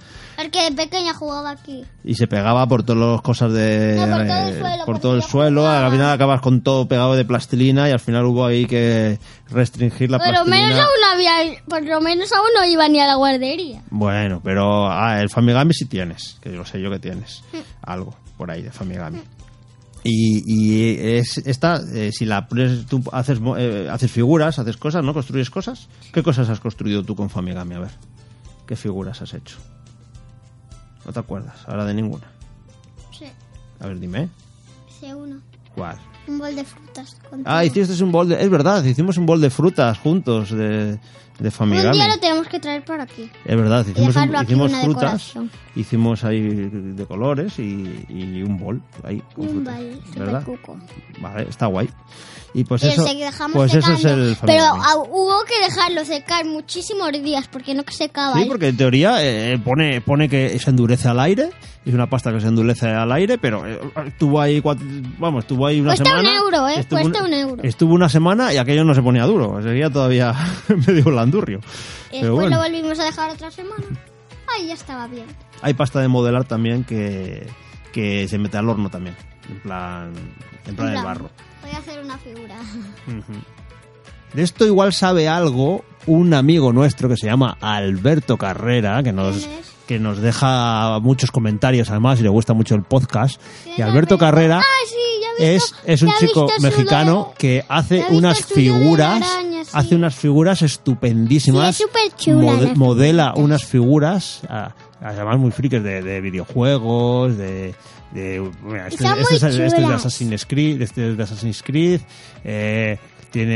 Speaker 2: Porque de pequeña jugaba aquí.
Speaker 1: y se pegaba por todas las cosas de
Speaker 2: No, por todo el
Speaker 1: eh,
Speaker 2: suelo,
Speaker 1: por
Speaker 2: porque
Speaker 1: todo el
Speaker 2: yo
Speaker 1: suelo.
Speaker 2: jugaba.
Speaker 1: al final acabas con todo pegado de plastilina y al final hubo ahí que restringir la
Speaker 2: Por lo
Speaker 1: plastilina
Speaker 2: menos aún no había, por lo menos aún no iba ni a la guardería.
Speaker 1: bueno pero ah, el famigami sí tienes que yo sé yo que tienes algo por ahí de famigami y, y es esta eh, si la pones- tú haces mo- eh, haces figuras haces cosas no construyes cosas qué cosas has construido tú con famigami a ver qué figuras has hecho no te acuerdas ahora de ninguna
Speaker 2: Sí,
Speaker 1: a ver dime
Speaker 2: sí uno.
Speaker 1: cuál
Speaker 2: Un bol de frutas. con
Speaker 1: Ah,
Speaker 2: todo.
Speaker 1: hiciste un bol de... Es verdad, hicimos un bol de frutas juntos de, de
Speaker 2: Un
Speaker 1: Famigami.
Speaker 2: día lo tenemos que traer por aquí.
Speaker 1: Es verdad, hicimos, un-
Speaker 2: dejarlo aquí
Speaker 1: hicimos
Speaker 2: una
Speaker 1: frutas,
Speaker 2: decoración.
Speaker 1: hicimos ahí de colores y, y un bol ahí con
Speaker 2: Y un
Speaker 1: frutas,
Speaker 2: bal
Speaker 1: ¿verdad?
Speaker 2: supercuco.
Speaker 1: Vale, está guay. Y pues
Speaker 2: Pero
Speaker 1: eso,
Speaker 2: se- dejamos
Speaker 1: pues eso es
Speaker 2: secando.
Speaker 1: el
Speaker 2: Pero
Speaker 1: Famigami.
Speaker 2: ah, hubo que dejarlo secar muchísimos días porque no que secaba.
Speaker 1: Sí,
Speaker 2: Y-
Speaker 1: porque en teoría eh, pone, pone que se endurece al aire, es una pasta que se endurece al aire, pero eh, estuvo ahí, cuat- vamos, estuvo ahí una
Speaker 2: Cuesta un
Speaker 1: semana.
Speaker 2: euro, ¿eh?
Speaker 1: estuvo
Speaker 2: Cuesta un euro.
Speaker 1: Estuvo una semana y aquello no se ponía duro, sería todavía medio blandurrio.
Speaker 2: y
Speaker 1: Pero
Speaker 2: después
Speaker 1: bueno,
Speaker 2: lo volvimos a dejar otra semana. Ay, ya estaba bien.
Speaker 1: hay pasta de modelar también que, que se mete al horno también, en plan, en plan el
Speaker 2: plan,
Speaker 1: barro.
Speaker 2: Voy a hacer una figura.
Speaker 1: De esto igual sabe algo un amigo nuestro que se llama Alberto Carrera, que nos,
Speaker 2: ¿Quién es?
Speaker 1: que nos deja muchos comentarios además y le gusta mucho el podcast.
Speaker 2: ¿Quién
Speaker 1: Y
Speaker 2: es
Speaker 1: Alberto
Speaker 2: Alberto?
Speaker 1: Carrera
Speaker 2: Ah, sí, ya he
Speaker 1: es,
Speaker 2: visto-
Speaker 1: es un
Speaker 2: ya he
Speaker 1: chico
Speaker 2: visto su
Speaker 1: mexicano
Speaker 2: logo.
Speaker 1: que hace
Speaker 2: Ya he visto
Speaker 1: unas
Speaker 2: su logo de
Speaker 1: figuras,
Speaker 2: araña, sí.
Speaker 1: hace unas figuras estupendísimas.
Speaker 2: Sí, es superchula
Speaker 1: mode-
Speaker 2: las
Speaker 1: modela unas figuras, ah, además muy frikes de, de videojuegos, de... de- bueno, este,
Speaker 2: Están
Speaker 1: este
Speaker 2: muy
Speaker 1: es, este es de
Speaker 2: chulas.
Speaker 1: Assassin's Creed, este es de Assassin's Creed, eh,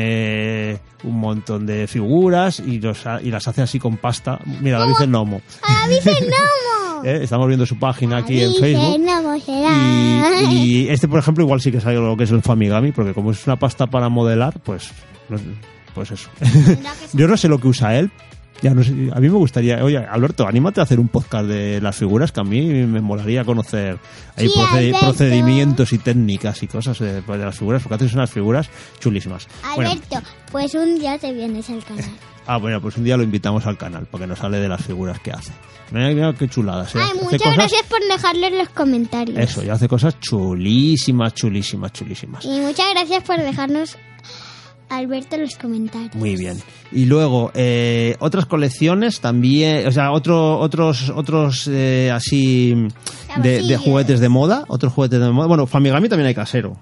Speaker 1: tiene un montón de figuras y, los, ha- y las hace así con pasta. Mira, David el Nomo.
Speaker 2: ¡Ah, dice Nomo!
Speaker 1: ¿eh? Estamos viendo su página aquí en
Speaker 2: Dice
Speaker 1: Facebook.
Speaker 2: Nomo será.
Speaker 1: Y, y este, por ejemplo, igual sí que sabe lo que es el Famigami, porque como es una pasta para modelar, pues, no sé, pues eso.
Speaker 2: Tendrá que ser-
Speaker 1: Yo no sé lo que usa él. Ya no sé, a mí me gustaría, oye, Alberto, anímate a hacer un podcast de las figuras, que a mí me molaría conocer ahí
Speaker 2: Sí,
Speaker 1: procedi-
Speaker 2: Alberto.
Speaker 1: procedimientos y técnicas y cosas de, pues, de las figuras, porque haces unas figuras chulísimas. Bueno,
Speaker 2: Alberto, pues un día te vienes al canal.
Speaker 1: Ah, bueno, pues un día lo invitamos al canal para que nos hable de las figuras que hace. Mira, mira qué chuladas. ¿eh?
Speaker 2: Ay,
Speaker 1: Hace
Speaker 2: muchas
Speaker 1: cosas-
Speaker 2: gracias por dejarlo en los comentarios.
Speaker 1: Eso, y hace cosas chulísimas, chulísimas, chulísimas.
Speaker 2: Y muchas gracias por dejarnos, Alberto, en los comentarios.
Speaker 1: Muy bien. Y luego, eh, otras colecciones también, o sea, otro, otros, otros eh, así de, de
Speaker 2: Cabotillos.
Speaker 1: juguetes de moda, otros juguetes de moda. Bueno, Famigami también hay casero,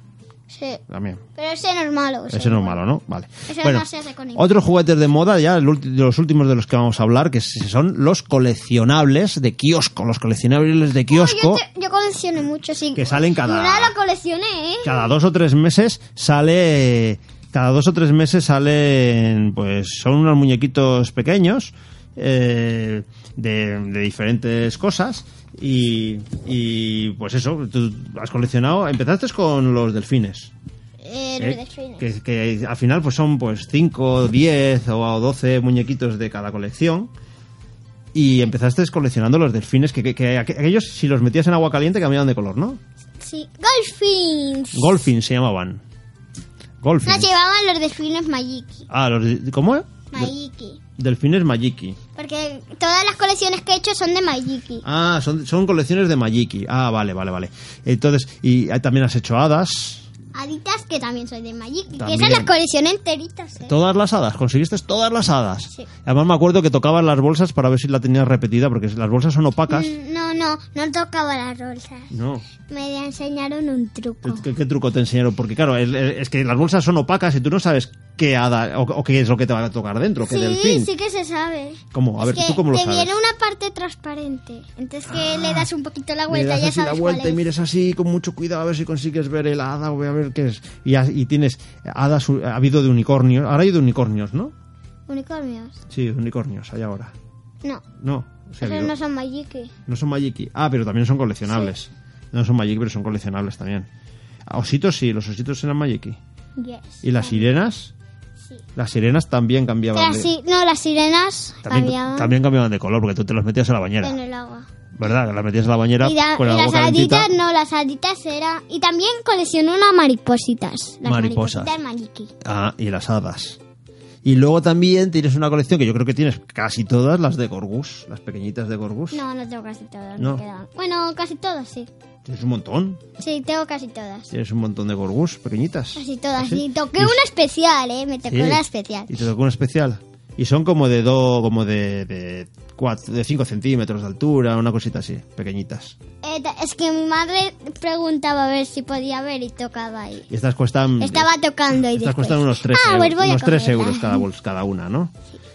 Speaker 2: Sí.
Speaker 1: también.
Speaker 2: Pero ese no es malo. o sea,
Speaker 1: Ese no es malo, ¿no? Vale.
Speaker 2: Ese
Speaker 1: Bueno,
Speaker 2: no se hace con ningún-
Speaker 1: otros juguetes de moda, ya el ulti- de los últimos de los que vamos a hablar, que son los coleccionables de kiosco, los coleccionables de
Speaker 2: No,
Speaker 1: kiosco.
Speaker 2: yo, te- yo coleccioné mucho, sí.
Speaker 1: Que salen cada-
Speaker 2: Yo nada lo coleccioné, ¿eh?
Speaker 1: cada dos o tres meses sale cada dos o tres meses salen, pues son unos muñequitos pequeños eh, de, de diferentes cosas y, y, pues eso, tú has coleccionado, empezaste con los delfines.
Speaker 2: Eh,
Speaker 1: ¿eh?
Speaker 2: los
Speaker 1: que,
Speaker 2: delfines.
Speaker 1: que al final pues son pues 5, 10 o 12 muñequitos de cada colección y empezaste coleccionando los delfines que, que- que aqu- aquellos si los metías en agua caliente cambiaban de color, ¿no?
Speaker 2: Sí. Golfins.
Speaker 1: Golfin se llamaban. Golfin.
Speaker 2: Nos llevaban los delfines Mayiki.
Speaker 1: Ah, los de- ¿cómo? eh?
Speaker 2: Mayiki.
Speaker 1: Delfines Majiki.
Speaker 2: Porque todas las colecciones que he hecho son de Mayiki.
Speaker 1: Ah, son, son colecciones de Majiki. Ah, vale, vale, vale. Entonces, y ah, también has hecho hadas.
Speaker 2: Haditas, que también soy de Mayiki. Que
Speaker 1: También.
Speaker 2: esas las coleccioné enteritas. ¿eh?
Speaker 1: Todas las hadas, conseguiste todas las hadas.
Speaker 2: Sí.
Speaker 1: Además me acuerdo que tocabas las bolsas para ver si la tenías repetida, porque las bolsas son opacas.
Speaker 2: Mm, No, no, no tocaba las bolsas.
Speaker 1: No.
Speaker 2: Me enseñaron un truco.
Speaker 1: ¿Qué, qué truco te enseñaron? Porque claro, el- el- es que las bolsas son opacas y tú no sabes qué hada o, o qué es lo que te va a tocar dentro, qué delfín.
Speaker 2: Sí, sí que se sabe.
Speaker 1: ¿Cómo? A
Speaker 2: Es
Speaker 1: ver,
Speaker 2: que
Speaker 1: ¿tú cómo lo
Speaker 2: te
Speaker 1: sabes? Ah.
Speaker 2: viene una parte transparente. Entonces que le das un poquito la
Speaker 1: Le
Speaker 2: vuelta
Speaker 1: das
Speaker 2: ya
Speaker 1: así la
Speaker 2: sabes
Speaker 1: vuelta
Speaker 2: cuál
Speaker 1: y
Speaker 2: es.
Speaker 1: mires así con mucho cuidado a ver si consigues ver el hada o a ver qué es. Y, ha- y tienes hadas, ha habido de unicornios, ahora hay de unicornios, ¿no?
Speaker 2: Unicornios.
Speaker 1: Sí, de unicornios hay ahora.
Speaker 2: No,
Speaker 1: No, sí ha
Speaker 2: esos
Speaker 1: habido.
Speaker 2: no son eh. Mayiki.
Speaker 1: No son Magiki. Ah, pero también son coleccionables. No son Magiki, pero son coleccionables también. Ah, Ositos sí, los ositos eran Magiki.
Speaker 2: Yes. Ah,
Speaker 1: ¿Y las sirenas?
Speaker 2: Sí.
Speaker 1: Las sirenas también cambiaban
Speaker 2: Las
Speaker 1: de...
Speaker 2: si- no, las sirenas
Speaker 1: También,
Speaker 2: cambiaban
Speaker 1: también cambiaban de color porque tú te los metías a la bañera,
Speaker 2: en el agua.
Speaker 1: ¿verdad? Las metías a la bañera
Speaker 2: Y, da-
Speaker 1: con
Speaker 2: y
Speaker 1: la
Speaker 2: las
Speaker 1: boca
Speaker 2: haditas
Speaker 1: calentita.
Speaker 2: no, las haditas era... Y también coleccionó unas maripositas. Las
Speaker 1: Mariposas.
Speaker 2: maripositas Mayiki.
Speaker 1: Ah, y las hadas. Y luego también tienes una colección que yo creo que tienes casi todas, las de Gorgus, las pequeñitas de Gorgus.
Speaker 2: No, no tengo casi todas.
Speaker 1: No.
Speaker 2: me quedaban. Bueno, casi todas, sí.
Speaker 1: Tienes un montón,
Speaker 2: Sí, tengo casi todas.
Speaker 1: tienes un montón de Gorgus pequeñitas.
Speaker 2: Casi todas.
Speaker 1: Así.
Speaker 2: Y toqué una especial, ¿eh? Me tocó
Speaker 1: Sí.
Speaker 2: una especial.
Speaker 1: Y te tocó una especial. Y son como de do, como de, de, cuatro, de 5 centímetros de altura, una cosita así, pequeñitas.
Speaker 2: Eh, ta- es que mi madre preguntaba a ver si podía ver y tocaba ahí.
Speaker 1: Y estas cuestan...
Speaker 2: Estaba tocando y
Speaker 1: Estas
Speaker 2: después...
Speaker 1: cuestan unos 3
Speaker 2: ah,
Speaker 1: euros,
Speaker 2: pues voy a
Speaker 1: unos tres
Speaker 2: cogerla.
Speaker 1: euros cada, bols- cada una, ¿no?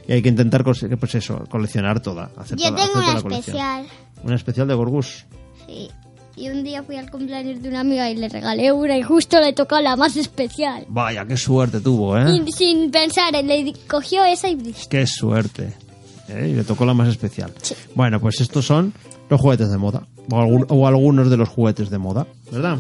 Speaker 1: Y hay que intentar, cose- pues eso, coleccionar toda. Hacer
Speaker 2: Yo
Speaker 1: toda-
Speaker 2: tengo
Speaker 1: hacer toda
Speaker 2: una
Speaker 1: la colección.
Speaker 2: especial.
Speaker 1: Una especial de Gorgus.
Speaker 2: Sí. Y un día fui al cumpleaños de una amiga y le regalé una y justo le tocó la más especial.
Speaker 1: Vaya, qué suerte tuvo, ¿eh?
Speaker 2: Y sin pensar, le di- cogió esa y dijo,
Speaker 1: Qué suerte. ¿Eh? Y le tocó la más especial.
Speaker 2: Sí.
Speaker 1: Bueno, pues estos son los juguetes de moda. O, algún- o algunos de los juguetes de moda, ¿verdad?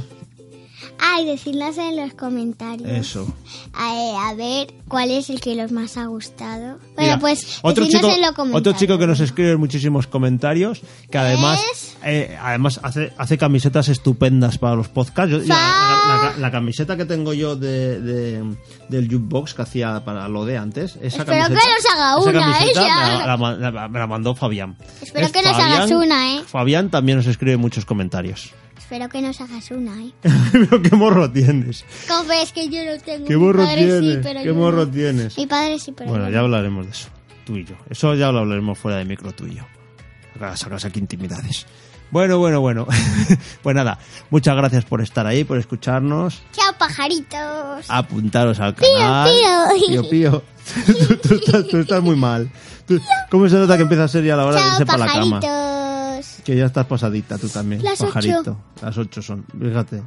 Speaker 2: ay, decidnos en los comentarios.
Speaker 1: Eso.
Speaker 2: A, eh, a ver, ¿cuál es el que los más ha gustado? Bueno,
Speaker 1: Mira,
Speaker 2: pues
Speaker 1: otro
Speaker 2: decidnos
Speaker 1: chico,
Speaker 2: en los
Speaker 1: otro
Speaker 2: comentarios.
Speaker 1: chico que nos escribe muchísimos comentarios, que además,
Speaker 2: Es-
Speaker 1: eh, además hace, hace camisetas estupendas para los podcasts. Yo- yo- la,
Speaker 2: Fa-
Speaker 1: la- la camiseta que tengo yo de, de- del jukebox que hacía para lo de antes, esa
Speaker 2: Espero
Speaker 1: camiseta,
Speaker 2: que nos haga
Speaker 1: esa
Speaker 2: una,
Speaker 1: camiseta
Speaker 2: ¿eh? Ya.
Speaker 1: me la- la ma- la- Me, la, mandó Fabián.
Speaker 2: Espero que nos hagas una, ¿eh?
Speaker 1: Fabián también nos escribe muchos comentarios.
Speaker 2: Espero que nos hagas una, ¿eh?
Speaker 1: Pero qué morro tienes.
Speaker 2: ¿Cómo ves que yo no tengo?
Speaker 1: Qué
Speaker 2: Mi
Speaker 1: morro
Speaker 2: padre sí,
Speaker 1: tienes.
Speaker 2: pero
Speaker 1: qué
Speaker 2: yo no.
Speaker 1: morro tienes.
Speaker 2: Mi padre sí, pero
Speaker 1: Bueno,
Speaker 2: yo
Speaker 1: ya
Speaker 2: no.
Speaker 1: hablaremos de eso, tú y yo. Eso ya lo hablaremos fuera de micro tú y yo. Acá Sacas aquí intimidades. Bueno, bueno, bueno. pues nada, muchas gracias por estar ahí, por escucharnos.
Speaker 2: Chao, pajaritos.
Speaker 1: Apuntaros al canal.
Speaker 2: pío.
Speaker 1: Pío, pío. tú, tú estás, tú estás muy mal. Tú- ¿Cómo se nota que empieza a ser ya la hora de
Speaker 2: Chao,
Speaker 1: irse para la cama?
Speaker 2: pajaritos.
Speaker 1: Que ya estás pasadita tú también,
Speaker 2: Las
Speaker 1: pajarito.
Speaker 2: ocho.
Speaker 1: Las 8 son, fíjate.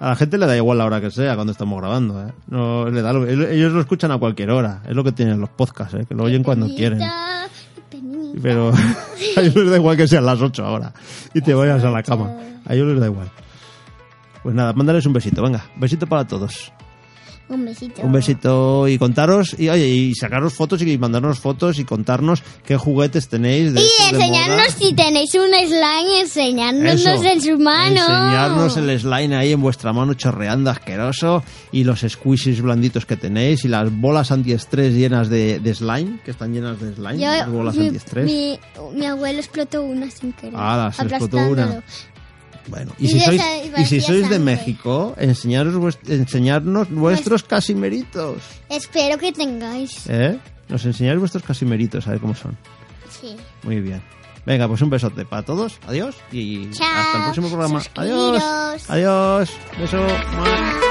Speaker 1: A la gente le da igual la hora que sea cuando estamos grabando, ¿eh? No, le da lo- ellos lo escuchan a cualquier hora. Es lo que tienen los podcasts, ¿eh? Que lo oyen cuando quieren.
Speaker 2: Penita, penita.
Speaker 1: Pero a ellos les da igual que sean las 8 ahora. Y te vayas a la cama. A ellos les da igual. Pues nada, mándales un besito, venga. Besito para todos.
Speaker 2: Un besito.
Speaker 1: Un besito y contaros, y oye, y sacaros fotos y mandarnos fotos y contarnos qué juguetes tenéis de
Speaker 2: Y
Speaker 1: estos de moda.
Speaker 2: enseñarnos si tenéis un slime, enseñándonos
Speaker 1: Eso.
Speaker 2: en su mano.
Speaker 1: Enseñarnos el slime ahí en vuestra mano chorreando asqueroso y los squishies blanditos que tenéis y las bolas antiestrés llenas de, de slime, que están llenas de slime,
Speaker 2: Yo-
Speaker 1: las bolas
Speaker 2: mi,
Speaker 1: antiestrés.
Speaker 2: mi, mi abuelo explotó una sin querer.
Speaker 1: Ala, se explotó una.
Speaker 2: aplastándolo.
Speaker 1: Bueno, y,
Speaker 2: y
Speaker 1: si
Speaker 2: de
Speaker 1: sois,
Speaker 2: esa- y
Speaker 1: y si
Speaker 2: parecía
Speaker 1: sois de
Speaker 2: sangre.
Speaker 1: México, enseñaros vuest- enseñarnos
Speaker 2: Pues
Speaker 1: vuestros casimeritos.
Speaker 2: Espero que tengáis.
Speaker 1: ¿Eh? Nos enseñáis vuestros casimeritos, a ver cómo son.
Speaker 2: Sí.
Speaker 1: Muy bien. Venga, pues un besote para todos. Adiós y
Speaker 2: Chao.
Speaker 1: hasta el próximo programa.
Speaker 2: Suscribiros.
Speaker 1: Adiós. Adiós. Beso. Mua.